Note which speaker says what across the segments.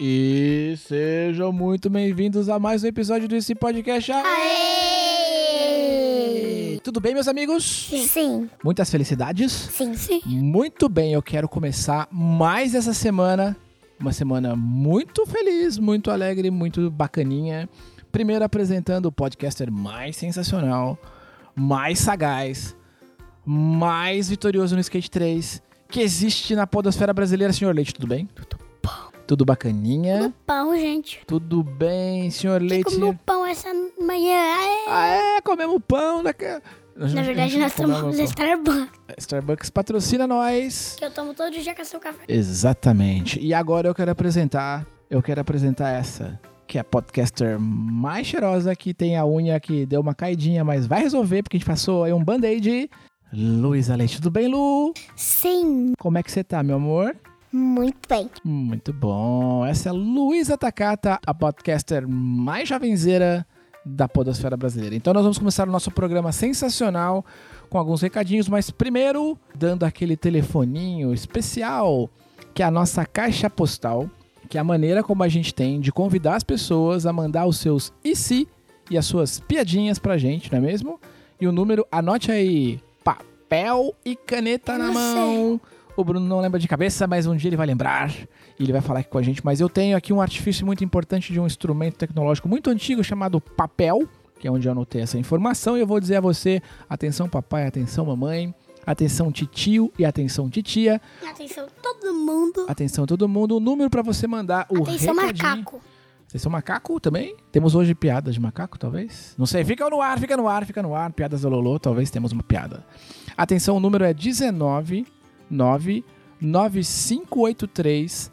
Speaker 1: E sejam muito bem-vindos a mais um episódio desse podcast. Aê! Tudo bem, meus amigos?
Speaker 2: Sim,
Speaker 1: Muitas felicidades.
Speaker 2: sim, sim.
Speaker 1: Muito bem, eu quero começar mais essa semana. Uma semana muito feliz, muito alegre, muito bacaninha. Primeiro apresentando o podcaster mais sensacional, mais sagaz, mais vitorioso no Skate 3 que existe na podosfera brasileira. Senhor Leite, tudo bem? Tudo bom. Tudo bacaninha?
Speaker 2: Pão, gente.
Speaker 1: Tudo bem, senhor
Speaker 2: Quem
Speaker 1: Leite?
Speaker 2: comeu pão essa manhã? Ai,
Speaker 1: Ah, é, comemos pão. Da...
Speaker 2: Na verdade, nós tomamos Starbucks.
Speaker 1: Starbucks patrocina nós.
Speaker 2: Que eu tomo todo dia com seu café.
Speaker 1: Exatamente. E agora eu quero apresentar, eu quero apresentar essa, que é a podcaster mais cheirosa, que tem a unha que deu uma caidinha, mas vai resolver, porque a gente passou aí um band-aid. Luísa Leite, tudo bem, Lu?
Speaker 2: Sim,
Speaker 1: Como é que você tá, meu amor?
Speaker 2: muito bem.
Speaker 1: Muito bom. Essa é a Luísa Takata, a podcaster mais jovenzeira da podosfera brasileira. Então nós vamos começar o nosso programa sensacional com alguns recadinhos, mas primeiro dando aquele telefoninho especial que é a nossa caixa postal, que é a maneira como a gente tem de convidar as pessoas a mandar os seus e se e as suas piadinhas pra gente, não é mesmo? E o número, anote aí, papel e caneta na
Speaker 2: Eu sei.
Speaker 1: mão. O Bruno não lembra de cabeça, mas um dia ele vai lembrar e ele vai falar aqui com a gente. Mas eu tenho aqui um artifício muito importante de um instrumento tecnológico muito antigo chamado papel, que é onde eu anotei essa informação. E eu vou dizer a você: atenção, papai, atenção, mamãe, atenção, titio e atenção, titia.
Speaker 2: Atenção, todo mundo.
Speaker 1: Atenção todo mundo, o número pra você mandar o
Speaker 2: Atenção,
Speaker 1: recadinho.
Speaker 2: macaco.
Speaker 1: Vocês são macaco também? Temos hoje piadas de macaco, talvez? Não sei, fica no ar, fica no ar, fica no ar. Piadas da Lolo, talvez temos uma piada. Atenção, o número é 19 9 9583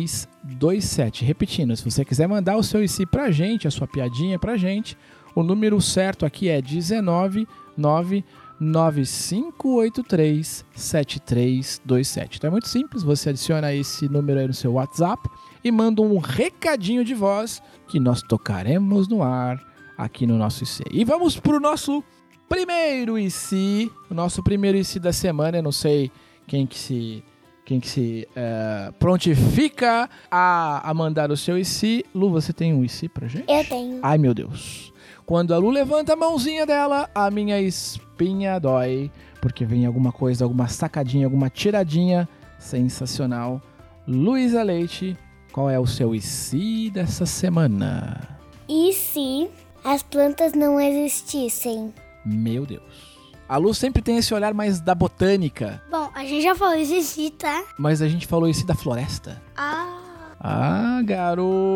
Speaker 1: 7327. Repetindo, se você quiser mandar o seu IC pra gente, a sua piadinha pra gente, o número certo aqui é 19 9 9583 7327. Então é muito simples, você adiciona esse número aí no seu WhatsApp e manda um recadinho de voz que nós tocaremos no ar aqui no nosso IC. E vamos pro nosso primeiro IC, o nosso primeiro IC da semana, eu não sei quem que se quem que se eh, prontifica a, a mandar o seu IC. Lu, você tem um IC pra gente?
Speaker 2: Eu tenho.
Speaker 1: Ai, meu Deus. Quando a Lu levanta a mãozinha dela, a minha espinha dói. Porque vem alguma coisa, alguma sacadinha, alguma tiradinha sensacional. Luísa Leite, qual é o seu IC dessa semana?
Speaker 2: E se as plantas não existissem?
Speaker 1: Meu Deus. A Lu sempre tem esse olhar mais da botânica,
Speaker 2: Bom, a gente já falou isso, se, tá?
Speaker 1: mas a gente falou IC da floresta.
Speaker 2: Ah.
Speaker 1: Ah,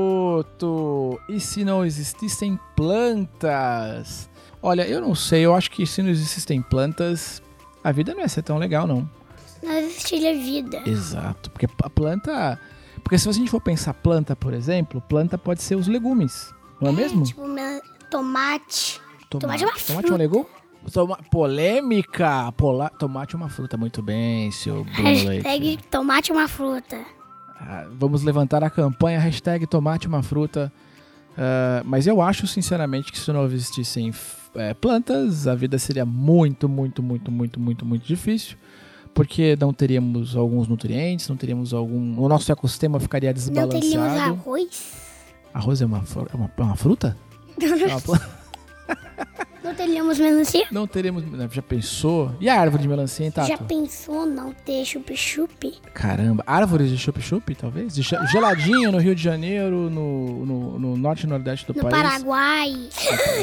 Speaker 1: garoto! E se não existissem plantas? Olha, eu não sei, eu acho que se não existissem plantas, a vida não ia ser tão legal, não.
Speaker 2: Não existiria é vida.
Speaker 1: Exato, porque a planta. Porque se a gente for pensar planta, por exemplo, planta pode ser os legumes, não é mesmo?
Speaker 2: Tipo, me- tomate. tomate é uma
Speaker 1: tomate é um legume? Toma- polêmica! Pola- tomate é uma fruta, muito bem, seu Bruno Leite.
Speaker 2: Hashtag tomate é uma fruta.
Speaker 1: Ah, Vamos levantar a campanha hashtag tomate uma fruta. Ah, mas eu acho, sinceramente, que se não existissem f- eh, plantas, a vida seria muito, muito, muito, muito, muito, muito difícil. Porque não teríamos alguns nutrientes, não teríamos algum. O nosso ecossistema ficaria
Speaker 2: Não
Speaker 1: desbalanceado.
Speaker 2: teríamos arroz.
Speaker 1: Arroz é uma, fru- é uma, é uma fruta? É uma planta?
Speaker 2: Não teríamos melancia.
Speaker 1: Não teremos. Já pensou? E a árvore de melancia, hein, Tato?
Speaker 2: Já pensou não ter chup-chup?
Speaker 1: Caramba, árvores de chup-chup, talvez? De cha- geladinho no Rio de Janeiro, no, no, no norte e nordeste do
Speaker 2: No
Speaker 1: país.
Speaker 2: Paraguai?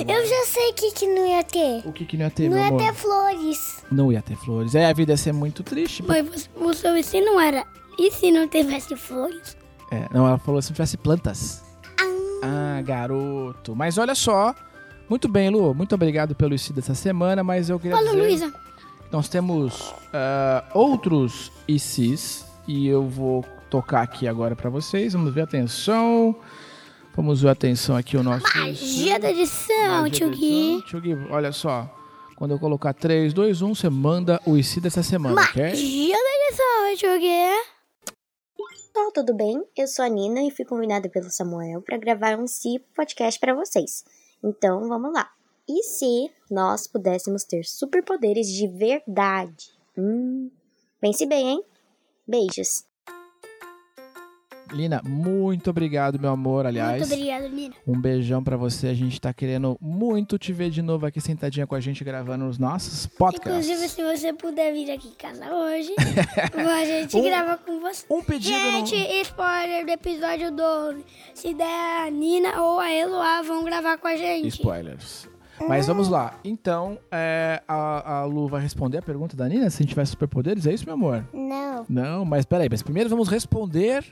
Speaker 2: Eu já sei o que, que não ia ter.
Speaker 1: O que, que não ia ter,
Speaker 2: Não
Speaker 1: meu
Speaker 2: ia
Speaker 1: amor?
Speaker 2: ter flores.
Speaker 1: Não ia ter flores. É, a vida ia ser muito triste.
Speaker 2: Mas você- você, você não era. E se não tivesse flores?
Speaker 1: É, não, ela falou se não tivesse plantas. Ah, garoto. Mas olha só. Muito bem, Lu. Muito obrigado pelo IC dessa semana, mas eu queria
Speaker 2: Fala,
Speaker 1: dizer...
Speaker 2: Luísa.
Speaker 1: Nós temos ah, outros ICs e eu vou tocar aqui agora pra vocês. Vamos ver, atenção. Vamos ver, atenção aqui o nosso...
Speaker 2: Magia da edição, tio Gui.
Speaker 1: Tio Gui, olha só. Quando eu colocar 3, 2, 1, você manda o IC dessa semana, ok?
Speaker 2: Magia da edição, tio Gui.
Speaker 3: Olá, tudo bem? Eu sou a Nina e fui convidada pelo Samuel para gravar um Si podcast para vocês. Então, vamos lá. E se nós pudéssemos ter superpoderes de verdade? Hum, pense bem, hein? Beijos.
Speaker 1: Lina, muito obrigado, meu amor, aliás.
Speaker 2: Muito obrigada, Nina.
Speaker 1: Um beijão pra você. A gente tá querendo muito te ver de novo aqui sentadinha com a gente gravando os nossos podcasts.
Speaker 2: Inclusive, se você puder vir aqui em casa hoje, a gente
Speaker 1: Um-
Speaker 2: grava com você.
Speaker 1: Um pedido no-
Speaker 2: Gente, spoiler do episódio 12. Se der a Nina ou a Eloá, vão gravar com a gente.
Speaker 1: Spoilers.
Speaker 2: Ah.
Speaker 1: Mas vamos lá. Então, é, a, a Lu vai responder a pergunta da Nina se a gente tiver superpoderes, é isso, meu amor?
Speaker 2: Não.
Speaker 1: Não, mas peraí, mas primeiro vamos responder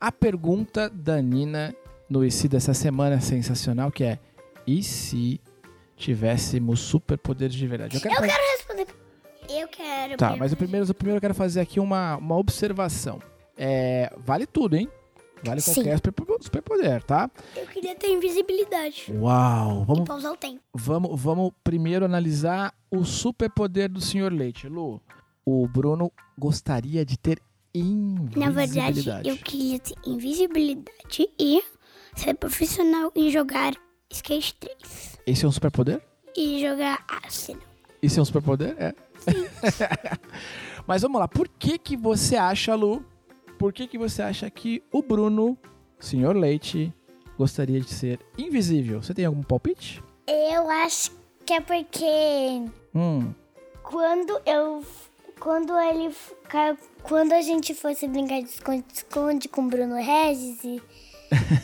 Speaker 1: a pergunta da Nina no IC dessa semana sensacional, que é e se tivéssemos superpoderes de verdade? Eu quero, fazer-
Speaker 2: Responder. Eu quero.
Speaker 1: Tá,
Speaker 2: per-
Speaker 1: mas o primeiro, o primeiro eu quero fazer aqui uma, uma observação. É, vale tudo, hein? Vale
Speaker 2: Sim.
Speaker 1: qualquer superpo- superpoder, tá?
Speaker 2: Eu queria ter invisibilidade.
Speaker 1: Uau! Vamos,
Speaker 2: E pausar o tempo.
Speaker 1: Vamos, vamos primeiro analisar o superpoder do Sr. Leite. Lu, o Bruno gostaria de ter invisibilidade.
Speaker 2: Na verdade, eu queria ter invisibilidade e ser profissional em jogar Skate 3.
Speaker 1: Esse é um superpoder?
Speaker 2: E jogar Arsenal.
Speaker 1: Esse é um superpoder? É. Mas vamos lá, por que que você acha, Lu, por que que você acha que o Bruno, Sr. Leite, gostaria de ser invisível? Você tem algum palpite?
Speaker 4: Eu acho que é porque
Speaker 1: Hum,
Speaker 4: quando eu. Quando ele. fica- Quando a gente fosse brincar de esconde-esconde com o Bruno Regis, e-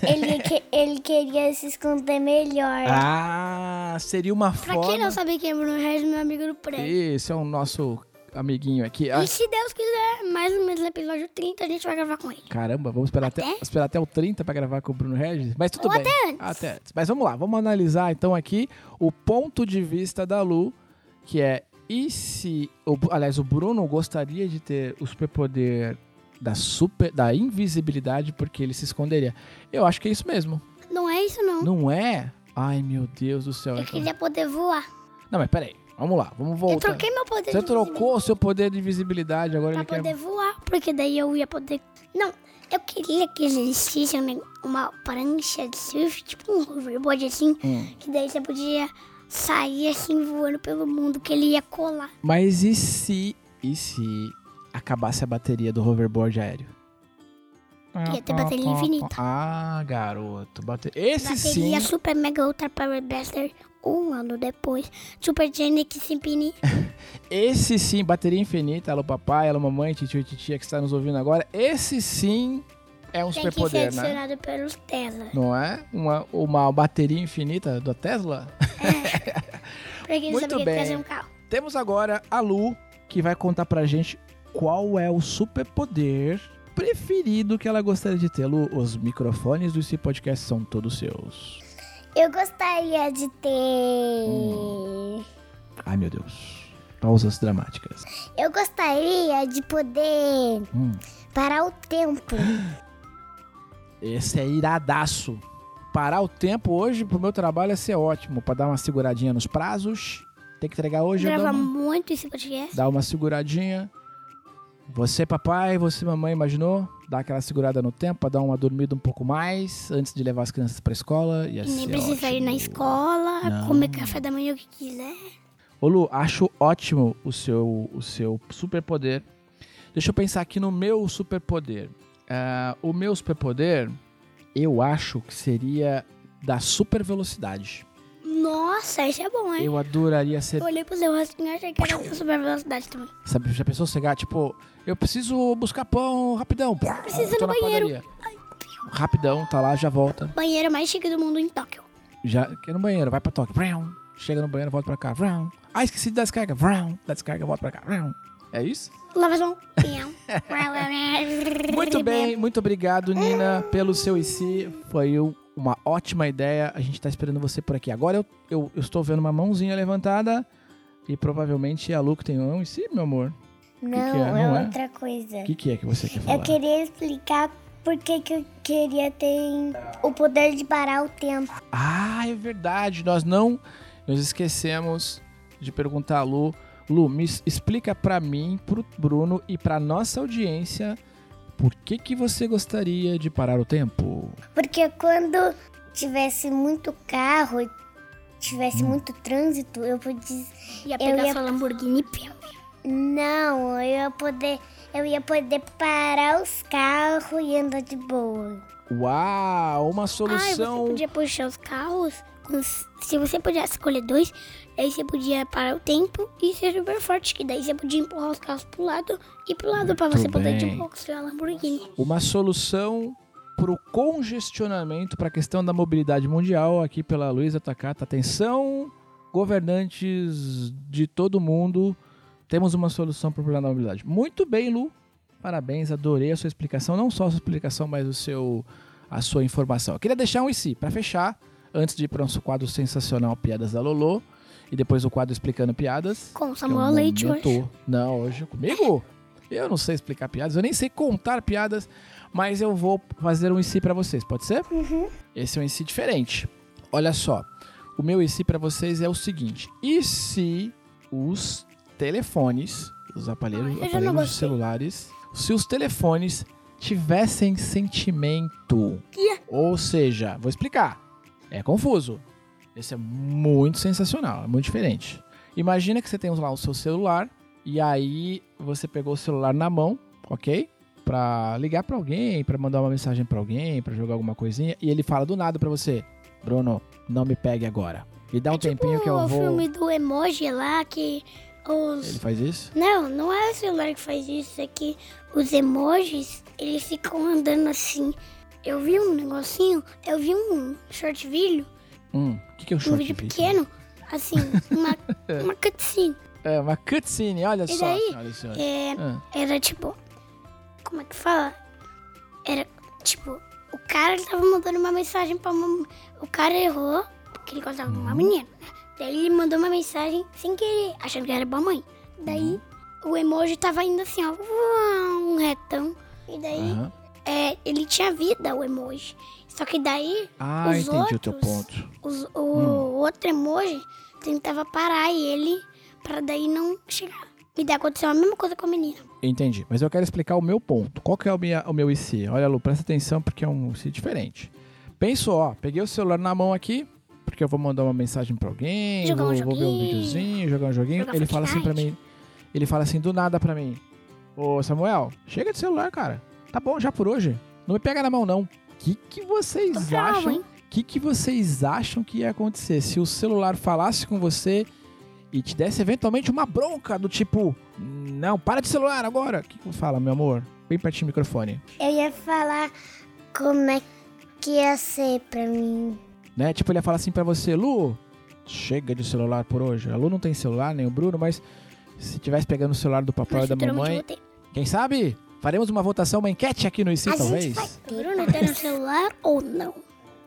Speaker 4: ele, que- ele queria se esconder melhor.
Speaker 1: ah, seria uma
Speaker 2: É. Pra
Speaker 1: forma...
Speaker 2: quem não sabe quem é Bruno Regis, meu amigo do prédio.
Speaker 1: Esse é o nosso amiguinho aqui. Ah,
Speaker 2: E se Deus quiser, mais ou menos no episódio 30, a gente vai gravar com ele.
Speaker 1: Caramba, vamos esperar até, esperar até o 30 pra gravar com o Bruno Regis? Mas tudo
Speaker 2: Ou
Speaker 1: bem.
Speaker 2: até antes.
Speaker 1: Até antes. Mas vamos lá, vamos analisar então aqui o ponto de vista da Lu, que é e se, o Bu- aliás, o Bruno gostaria de ter o superpoder da super da invisibilidade porque ele se esconderia. Eu acho que é isso mesmo.
Speaker 2: Não é isso, não.
Speaker 1: Não é? Ai, meu Deus do céu. é
Speaker 2: Eu queria poder voar.
Speaker 1: Não, mas peraí. Vamos lá, vamos
Speaker 2: Eu
Speaker 1: voltar.
Speaker 2: troquei meu poder
Speaker 1: Você
Speaker 2: de
Speaker 1: trocou o seu poder de invisibilidade, agora
Speaker 2: pra
Speaker 1: ele é quer
Speaker 2: poder voar, porque daí eu ia poder. Não, eu queria que existisse um neg- uma prancha de surf, tipo um hoverboard assim,
Speaker 1: um.
Speaker 2: que daí você podia sair assim voando pelo mundo, que ele ia colar.
Speaker 1: Mas e se. E se acabasse a bateria do hoverboard aéreo?
Speaker 2: Ia ter bateria infinita.
Speaker 1: Ah, garoto. bate- Esse sim.
Speaker 2: Bateria Super Mega Ultra Power Blaster um ano depois. Super Genic
Speaker 1: É
Speaker 2: Simpini.
Speaker 1: Esse sim, bateria infinita. Alô, papai, alô, mamãe, tio e titia que está nos ouvindo agora. Esse sim é um
Speaker 2: Tem que ser
Speaker 1: superpoder, né?
Speaker 2: adicionado pelos Tesla.
Speaker 1: Não é? Uma, uma bateria infinita da Tesla?
Speaker 2: Porque
Speaker 1: Muito
Speaker 2: você sabia
Speaker 1: bem.
Speaker 2: que trazer um carro.
Speaker 1: Temos agora a Lu, que vai contar pra gente qual é o superpoder preferido que ela gostaria de ter. Lu, os microfones do esse podcast são todos seus.
Speaker 4: Eu gostaria de ter.
Speaker 1: Hum. Ai, meu Deus. Pausas dramáticas.
Speaker 4: Eu gostaria de poder
Speaker 1: Hum,
Speaker 4: parar o tempo.
Speaker 1: esse é iradaço. Parar o tempo hoje pro meu trabalho ia ser ótimo. Pra dar uma seguradinha nos prazos. Tem que entregar hoje. eu dou
Speaker 2: Grava
Speaker 1: uma,
Speaker 2: muito esse podcast.
Speaker 1: um- dá uma seguradinha. Você, papai, você, mamãe, imaginou? Dar aquela segurada no tempo pra dar uma dormida um pouco mais antes de levar as crianças pra escola. Ia
Speaker 2: E nem
Speaker 1: ser
Speaker 2: precisa ir
Speaker 1: ótimo.
Speaker 2: na escola,
Speaker 1: Não.
Speaker 2: comer café da manhã o que quiser.
Speaker 1: Ô Lu, acho ótimo o seu, o seu superpoder. Deixa eu pensar aqui no meu superpoder. Ah, o meu superpoder, eu acho que seria da super velocidade.
Speaker 2: Nossa, isso é bom, hein?
Speaker 1: Eu adoraria ser.
Speaker 2: Eu olhei pro seu rosto e achei que era super velocidade também.
Speaker 1: Sabe, já pensou chegar, tipo, eu preciso buscar pão rapidão.
Speaker 2: Preciso ir
Speaker 1: Tô
Speaker 2: no
Speaker 1: na
Speaker 2: banheiro.
Speaker 1: padaria. Rapidão, tá lá, já volta.
Speaker 2: Banheiro mais chique do mundo em Tóquio.
Speaker 1: Já quer no banheiro, vai pra toque. Vroom. Chega no banheiro, volta pra cá. Vroom. Ah, esqueci de dar descarga. Vroom. Dá descarga, volta pra cá. Vroom. É isso?
Speaker 2: Lava as mãos.
Speaker 1: Muito bem, muito obrigado, Nina, pelo seu IC. Foi um- uma ótima ideia. A gente tá esperando você por aqui. Agora eu, eu- eu estou vendo uma mãozinha levantada. E provavelmente é a Lu que tem um IC, meu amor.
Speaker 4: Não,
Speaker 1: que é?
Speaker 4: é,
Speaker 1: Não é?
Speaker 4: outra coisa.
Speaker 1: O que, que é que você quer
Speaker 4: Eu
Speaker 1: falar?
Speaker 4: queria explicar por que, que eu queria ter o poder de parar o tempo.
Speaker 1: Ah, é verdade. Nós não nos esquecemos de perguntar a Lu. Lu, me es- explica pra mim, pro Bruno e pra nossa audiência por que, que você gostaria de parar o tempo.
Speaker 4: Porque quando tivesse muito carro, e tivesse muito trânsito, eu podia.
Speaker 2: Ia
Speaker 4: Eu
Speaker 2: pegar
Speaker 4: ia-
Speaker 2: sua Lamborghini e pia.
Speaker 4: Não, eu ia poder. eu ia poder parar os carros e andar de boa.
Speaker 1: Uau, uma
Speaker 2: Ah, e você
Speaker 1: solução.
Speaker 2: podia puxar os carros. com os- Se você pudesse escolher dois, daí você podia parar o tempo e ser super forte. Que daí você podia empurrar os carros pro lado e pro lado pra
Speaker 1: Muito
Speaker 2: você poder
Speaker 1: bem.
Speaker 2: de box sua Lamborghini.
Speaker 1: Uma solução para o congestionamento, para a questão da mobilidade mundial, aqui pela Luísa Takata. Atenção, governantes de todo mundo, temos uma solução para o problema da mobilidade. Muito bem, Lu. Parabéns, adorei a sua explicação. Não só a sua explicação, mas o seu, a sua informação. Eu queria deixar um IC para fechar, antes de ir para o nosso quadro sensacional Piadas da Lolô, e depois o quadro Explicando Piadas. Que
Speaker 2: Com
Speaker 1: é um
Speaker 2: Samuel Leite
Speaker 1: momento-
Speaker 2: hoje.
Speaker 1: Não, hoje comigo? Eu não sei explicar piadas, eu nem sei contar piadas, mas eu vou fazer um IC pra vocês, pode ser?
Speaker 2: Uhum.
Speaker 1: Esse é um IC diferente. Olha só, o meu IC pra vocês é o seguinte: e se os telefones, os aparelhos,
Speaker 2: Ai, eu já não
Speaker 1: aparelhos
Speaker 2: gostei.
Speaker 1: celulares, se os telefones tivessem sentimento?
Speaker 2: Quê?
Speaker 1: Ou seja, vou explicar. É confuso. Esse é muito sensacional, é muito diferente. Imagina que você tem lá o seu celular e aí você pegou o celular na mão, ok? Pra ligar pra alguém, pra mandar uma mensagem pra alguém, pra jogar alguma coisinha e ele fala do nada pra você, Bruno, não me pegue agora. Me dá um tempinho que eu
Speaker 2: É tipo o
Speaker 1: vou.
Speaker 2: filme do emoji lá que os.
Speaker 1: Ele faz isso?
Speaker 2: Não, não é o celular que faz isso, é que os emojis, eles ficam andando assim. Eu vi um negocinho, eu vi um short vídeo,
Speaker 1: Hum, o que, que é o
Speaker 2: um
Speaker 1: short
Speaker 2: vídeo
Speaker 1: vídeo?
Speaker 2: pequeno, assim, uma, uma cutscene.
Speaker 1: É uma cutscene, olha
Speaker 2: E
Speaker 1: só,
Speaker 2: daí,
Speaker 1: senhoras e senhores.
Speaker 2: É,
Speaker 1: Ah,
Speaker 2: era tipo. Como é que fala? Era tipo. O cara tava mandando uma mensagem pra uma. O cara errou, porque ele gostava de uma menina. né? Daí ele mandou uma mensagem sem querer, achando que era pra mãe. Daí o emoji tava indo assim, ó, um retão. E daí
Speaker 1: aham.
Speaker 2: é, ele tinha vida, o emoji. Só que daí
Speaker 1: Ah,
Speaker 2: os
Speaker 1: entendi o teu
Speaker 2: outros-
Speaker 1: ponto.
Speaker 2: os- o
Speaker 1: Hum.
Speaker 2: outro emoji tentava parar ele pra daí não chegar. E daí aconteceu a mesma coisa com a menina.
Speaker 1: Entendi, mas eu quero explicar o meu ponto. Qual que é o, minha- o meu IC? Olha, Lu, presta atenção porque é um IC diferente. Penso, ó, peguei o celular na mão aqui, porque eu vou mandar uma mensagem pra alguém,
Speaker 2: Jogar
Speaker 1: vou,
Speaker 2: um
Speaker 1: vou ver um
Speaker 2: joguinho.
Speaker 1: videozinho, jogar um joguinho.
Speaker 2: Jogar
Speaker 1: ele fala assim pra
Speaker 2: Fortnite.
Speaker 1: mim, ele fala assim do nada pra mim, ô Samuel, chega de celular, cara. Tá bom, já por hoje. Não me pega na mão, não. O que, que
Speaker 2: Tô
Speaker 1: vocês
Speaker 2: bravo,
Speaker 1: acham
Speaker 2: hein?
Speaker 1: o que, que vocês acham que ia acontecer se o celular falasse com você e te desse eventualmente uma bronca do tipo: Não, para de celular agora? O que, que fala, meu amor? Bem pertinho do microfone.
Speaker 4: Eu ia falar como é que ia ser pra mim.
Speaker 1: Né? Tipo, ele ia falar assim pra você: Lu, chega de celular por hoje. A Lu não tem celular, nem o Bruno, mas se tivesse pegando o celular do papai ou
Speaker 2: Mas
Speaker 1: da
Speaker 2: futuramente eu
Speaker 1: mamãe,
Speaker 2: vou ter.
Speaker 1: quem sabe? Faremos uma votação, uma enquete aqui no IC,
Speaker 4: A
Speaker 1: talvez?
Speaker 4: gente vai
Speaker 2: O Bruno tá no celular ou não?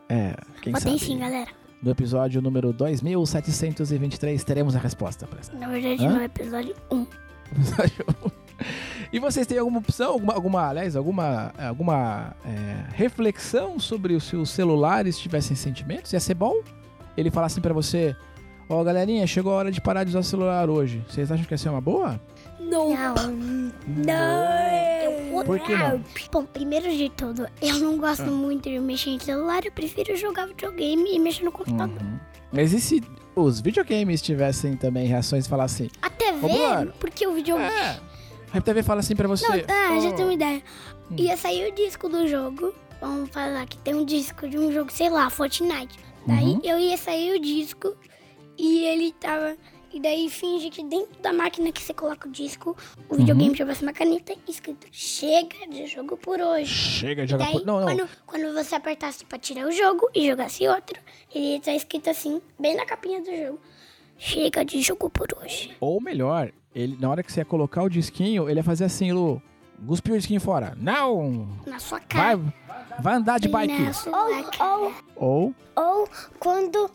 Speaker 1: É, quem
Speaker 2: Votem sim,
Speaker 1: sabe?
Speaker 2: galera.
Speaker 1: No episódio número 2723 teremos a resposta pra essa.
Speaker 2: Na verdade,
Speaker 1: Hã?
Speaker 2: no episódio 1.
Speaker 1: Saiu. E vocês têm alguma opção, alguma, alguma aliás, alguma, alguma é, reflexão sobre os seus celulares tivessem sentimentos? Ia ser bom ele falar assim pra você, ó galerinha, chegou a hora de parar de usar o celular hoje. Vocês acham que ia ser uma boa?
Speaker 2: Não. Não.
Speaker 1: Por que não?
Speaker 2: Bom, primeiro de tudo, eu não gosto muito de mexer em celular. Eu prefiro jogar videogame e mexer
Speaker 1: Hum.
Speaker 2: no computador.
Speaker 1: Uhum. Mas e se os videogames tivessem também reações e falassem,
Speaker 2: A
Speaker 1: Ô, Bruno.
Speaker 2: TV, porque o um videogame...
Speaker 1: é, a TV fala assim pra você,
Speaker 2: Não, ah, já
Speaker 1: "Ô,
Speaker 2: tenho uma ideia. Ia sair o disco do jogo. Vamos falar que tem um disco de um jogo, sei lá, Fortnite. Daí eu ia sair o disco e ele tava. E daí finge que dentro da máquina que você coloca o disco, o videogame tivesse uma caneta escrito Chega de jogo por hoje.
Speaker 1: chega de
Speaker 2: E
Speaker 1: jogar...
Speaker 2: daí,
Speaker 1: por- Não, não,
Speaker 2: Quando, quando você apertasse pra tirar o jogo e jogasse outro, ele ia estar escrito assim, bem na capinha do jogo.
Speaker 1: Uhum.
Speaker 2: Chega de jogo por hoje.
Speaker 1: Ou melhor, ele, na hora que você ia colocar o disquinho, ele ia fazer assim, Lu, cuspiu o disquinho fora. Não!
Speaker 2: Na sua
Speaker 1: Vai,
Speaker 2: cara.
Speaker 1: vai andar de bike.
Speaker 2: Na sua Ah, cara.
Speaker 4: Ou, ou,
Speaker 1: Ou.
Speaker 4: ou quando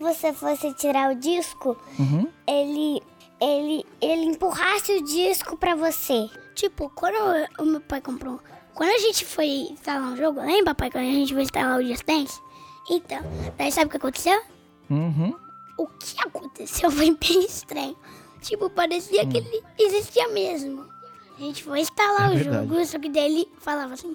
Speaker 4: você fosse tirar o disco,
Speaker 1: Uhum.
Speaker 4: ele, ele, ele empurrasse o disco pra você.
Speaker 2: Tipo, quando eu- o meu pai comprou. Quando a gente foi instalar um jogo, lembra, pai, quando a gente foi instalar o Just Dance? Então, daí sabe o que aconteceu?
Speaker 1: Uhum.
Speaker 2: O que aconteceu foi bem estranho. Tipo, parecia que ele existia mesmo. A gente foi instalar
Speaker 1: Hum. É
Speaker 2: o
Speaker 1: verdade.
Speaker 2: jogo, só que daí ele falava assim.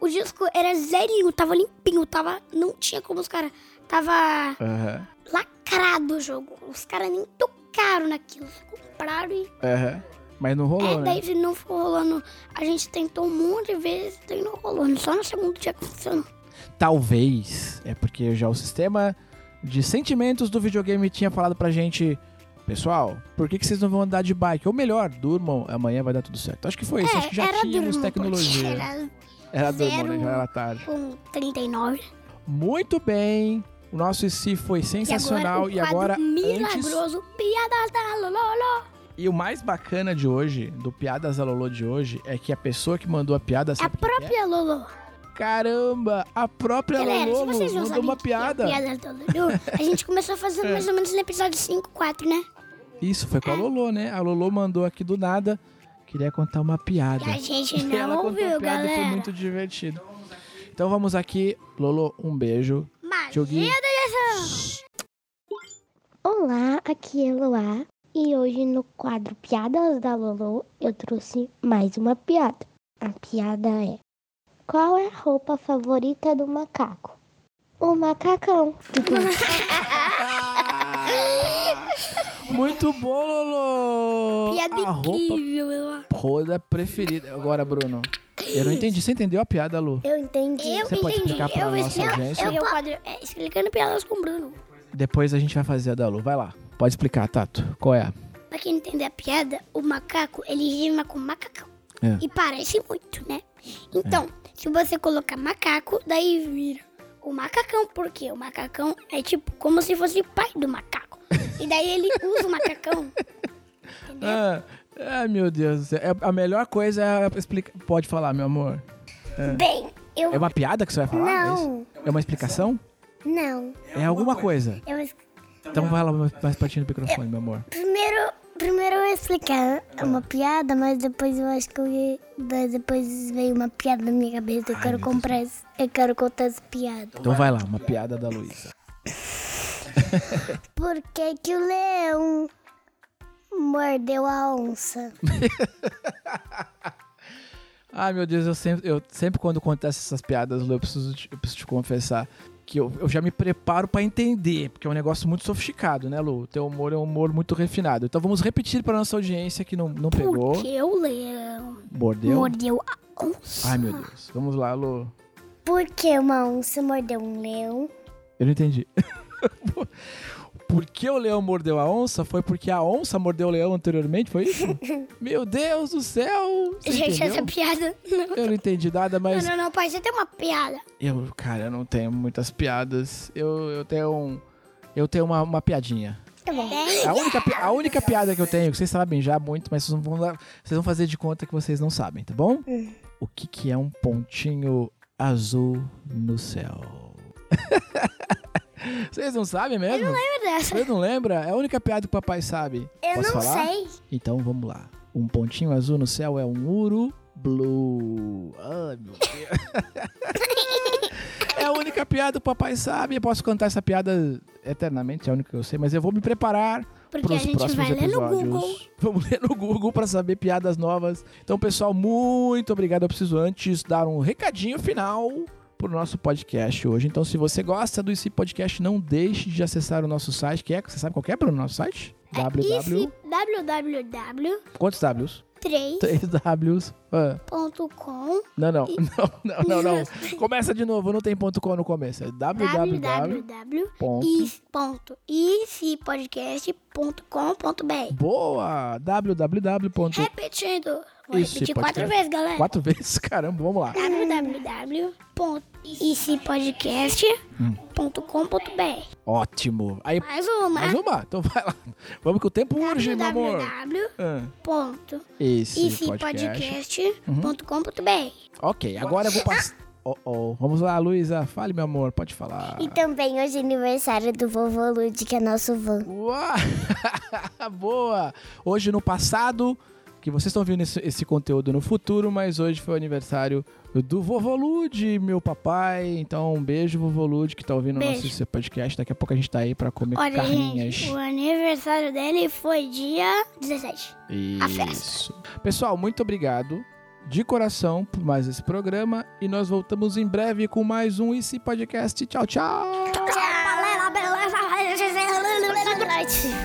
Speaker 2: O disco era zerinho, tava limpinho, tava. Não tinha como os caras. Tava
Speaker 1: Aham.
Speaker 2: lacrado o jogo. Os caras nem tocaram naquilo. Compraram e
Speaker 1: Aham. Mas não rolou,
Speaker 2: é,
Speaker 1: né?
Speaker 2: daí se não for rolando, a gente tentou um monte de vezes, daí não rolando. Só no segundo dia que funcionou.
Speaker 1: Talvez. É porque já o sistema de sentimentos do videogame tinha falado pra gente. Pessoal, por que, que vocês não vão andar de bike? Ou melhor, durmam, amanhã vai dar tudo certo. Acho que foi isso, acho que já tínhamos
Speaker 2: É, durma,
Speaker 1: tecnologia.
Speaker 2: porque Era
Speaker 1: Era durmam, né?
Speaker 2: zero-
Speaker 1: Já era tarde.
Speaker 2: com 39.
Speaker 1: Muito bem. O nosso IC foi sensacional.
Speaker 2: E agora, o quadro
Speaker 1: antes...
Speaker 2: milagroso, piadas da Lolo.
Speaker 1: E o mais bacana de hoje, do Piadas da Lolô de hoje, é que a pessoa que mandou a piada...
Speaker 2: É a
Speaker 1: sabe quem que
Speaker 2: própria Lolo.
Speaker 1: Tipo, é? Caramba, a própria
Speaker 2: Galera, se
Speaker 1: Lolô
Speaker 2: vocês não
Speaker 1: mandou
Speaker 2: sabem
Speaker 1: uma
Speaker 2: o que é
Speaker 1: piada. É.
Speaker 2: piada da Lolo, a gente começou a fazer mais ou menos no episódio 5, 4, né?
Speaker 1: Isso, foi
Speaker 2: É?
Speaker 1: com a Lolô, né? A Lolô mandou aqui do nada, queria contar uma piada.
Speaker 2: E a gente
Speaker 1: É. E ela contou
Speaker 2: não
Speaker 1: a
Speaker 2: ouviu,
Speaker 1: piada e
Speaker 2: galera.
Speaker 1: foi muito divertido. Então vamos aqui. Lolô, um beijo.
Speaker 2: Magia
Speaker 1: Dioguinho.
Speaker 2: da direção.
Speaker 4: Olá, aqui é Luá e hoje no quadro Piadas da Lolo eu trouxe mais uma piada. A piada é: Qual é a roupa favorita do macaco? O macacão.
Speaker 1: Muito bom, Lolô!
Speaker 2: Piada
Speaker 1: a roupa
Speaker 2: incrível, eu
Speaker 1: roda preferida. Agora, Bruno. Eu não entendi. Você entendeu a piada, Lu?
Speaker 4: Eu entendi.
Speaker 2: Eu
Speaker 1: Você pode
Speaker 2: entendi.
Speaker 1: explicar pra
Speaker 2: eu
Speaker 1: nossa
Speaker 2: explico-
Speaker 1: audiência?
Speaker 2: Eu, eu quadro, é, explicando piadas com o Bruno.
Speaker 1: Depois a gente vai fazer a da Lu. Vai lá. Pode explicar, Tato. Qual é?
Speaker 2: Pra quem não entender a piada, o macaco, ele rima com macacão.
Speaker 1: É.
Speaker 2: E parece muito, né? Então, se você colocar macaco, daí vira o macacão, porque o macacão é tipo como se fosse pai do macaco. E daí ele usa o macacão.
Speaker 1: Ah, ah, meu Deus. do céu. É, a melhor coisa é explicar. Pode falar, meu amor.
Speaker 4: Bem, eu.
Speaker 1: É uma piada que você vai falar?
Speaker 4: Não.
Speaker 1: É, isso? é uma explicação?
Speaker 4: Não.
Speaker 1: É alguma coisa.
Speaker 4: Eu es-
Speaker 1: Então vai lá mais pertinho do microfone, meu amor.
Speaker 4: primeiro, primeiro eu ia explicar uma piada, mas depois eu acho que eu ia, mas depois veio uma piada na minha cabeça. Eu quero comprar. esse- Eu quero contar essa piada.
Speaker 1: Então vai lá, uma piada da Luísa.
Speaker 4: Por que, que o leão mordeu a onça?
Speaker 1: Ai, meu Deus, eu sempre, eu sempre quando acontece essas piadas, Lu, eu preciso te, eu preciso te confessar que eu, eu já me preparo pra entender, porque é um negócio muito sofisticado, né, Lu? Teu humor é um humor muito refinado. Então vamos repetir pra nossa audiência que não, não pegou.
Speaker 2: Porque o leão
Speaker 1: Mordeu.
Speaker 2: mordeu a onça.
Speaker 1: Ai, meu Deus. Vamos lá, Lu.
Speaker 4: Por que uma onça mordeu um leão?
Speaker 1: Eu não entendi. Por que o leão mordeu a onça? Foi porque a onça mordeu o leão anteriormente? Foi isso? Meu Deus do céu! Você
Speaker 2: Gente,
Speaker 1: entendeu?
Speaker 2: essa piada... Não,
Speaker 1: Eu não entendi nada, mas
Speaker 2: não, não, pai, você tem uma piada.
Speaker 1: eu, cara, eu não tenho muitas piadas. Eu, eu tenho um, eu tenho uma, uma piadinha.
Speaker 4: Tá bom.
Speaker 1: A única, pi- a única piada que eu tenho, que vocês sabem já muito, mas vocês vão, lá- vocês vão fazer de conta que vocês não sabem, tá bom?
Speaker 4: Hum.
Speaker 1: O que que é um pontinho azul no céu? vocês não sabem mesmo? Eu não lembro
Speaker 2: dessa.
Speaker 1: Vocês não lembram? É a única piada que o papai sabe.
Speaker 4: Eu
Speaker 1: Posso
Speaker 4: não
Speaker 1: falar?
Speaker 4: sei.
Speaker 1: Então vamos lá. Um pontinho azul no céu é um uru blue. Ai, meu Deus. é a única piada que o papai sabe. Eu posso cantar essa piada eternamente, é a única que eu sei, mas eu vou me preparar
Speaker 2: Porque
Speaker 1: para
Speaker 2: a
Speaker 1: os
Speaker 2: gente
Speaker 1: próximos
Speaker 2: vai ler no
Speaker 1: episódios.
Speaker 2: Google.
Speaker 1: Vamos ler no Google para saber piadas novas. Então, pessoal, muito obrigado. Eu preciso antes dar um recadinho final pro nosso podcast hoje. Então, se você gosta do IC Podcast, não deixe de acessar o nosso site, que é, você sabe qual que é, Bruno, nosso site? www.
Speaker 2: Esse www.3.com.
Speaker 1: Quantos Ws? Três Ws. Ah, não, não, não, não, não, não. Começa de novo, não tem ponto .com no começo. É www. ponto.
Speaker 2: www.icpodcast.com.br
Speaker 1: Boa! www. ponto-
Speaker 2: Repetindo. Vou
Speaker 1: Isso,
Speaker 2: repetir
Speaker 1: pode
Speaker 2: quatro
Speaker 1: crer.
Speaker 2: vezes, galera.
Speaker 1: Quatro vezes, caramba, vamos lá.
Speaker 2: www.icpodcast.com.br
Speaker 1: Ótimo. Aí,
Speaker 2: Mais uma.
Speaker 1: Hum. mais uma? Então vai lá. Vamos que o tempo urge, meu amor. Ah, Esse podcast. uhum.
Speaker 2: www.icpodcast.com.br
Speaker 1: Ok, agora eu vou passar... Oh, oh. Vamos lá, Luísa. Fale, meu amor. Pode falar.
Speaker 4: E também hoje é aniversário do vovô Lud, que é nosso vô.
Speaker 1: Uau! Boa! Hoje no passado, que vocês estão vendo esse, esse conteúdo no futuro, mas hoje foi o aniversário do Vovô Lude, meu papai. Então, um beijo, Vovô Lude, que tá ouvindo o nosso
Speaker 2: Beijo.
Speaker 1: esse podcast. Daqui a pouco a gente tá aí pra comer
Speaker 2: Olha,
Speaker 1: carninhas.
Speaker 2: gente, o aniversário dele foi dia 17. a festa.
Speaker 1: Isso. Pessoal, muito obrigado de coração por mais esse programa e nós voltamos em breve com mais um IC Podcast. Tchau, tchau!
Speaker 2: Tchau, galera, beleza?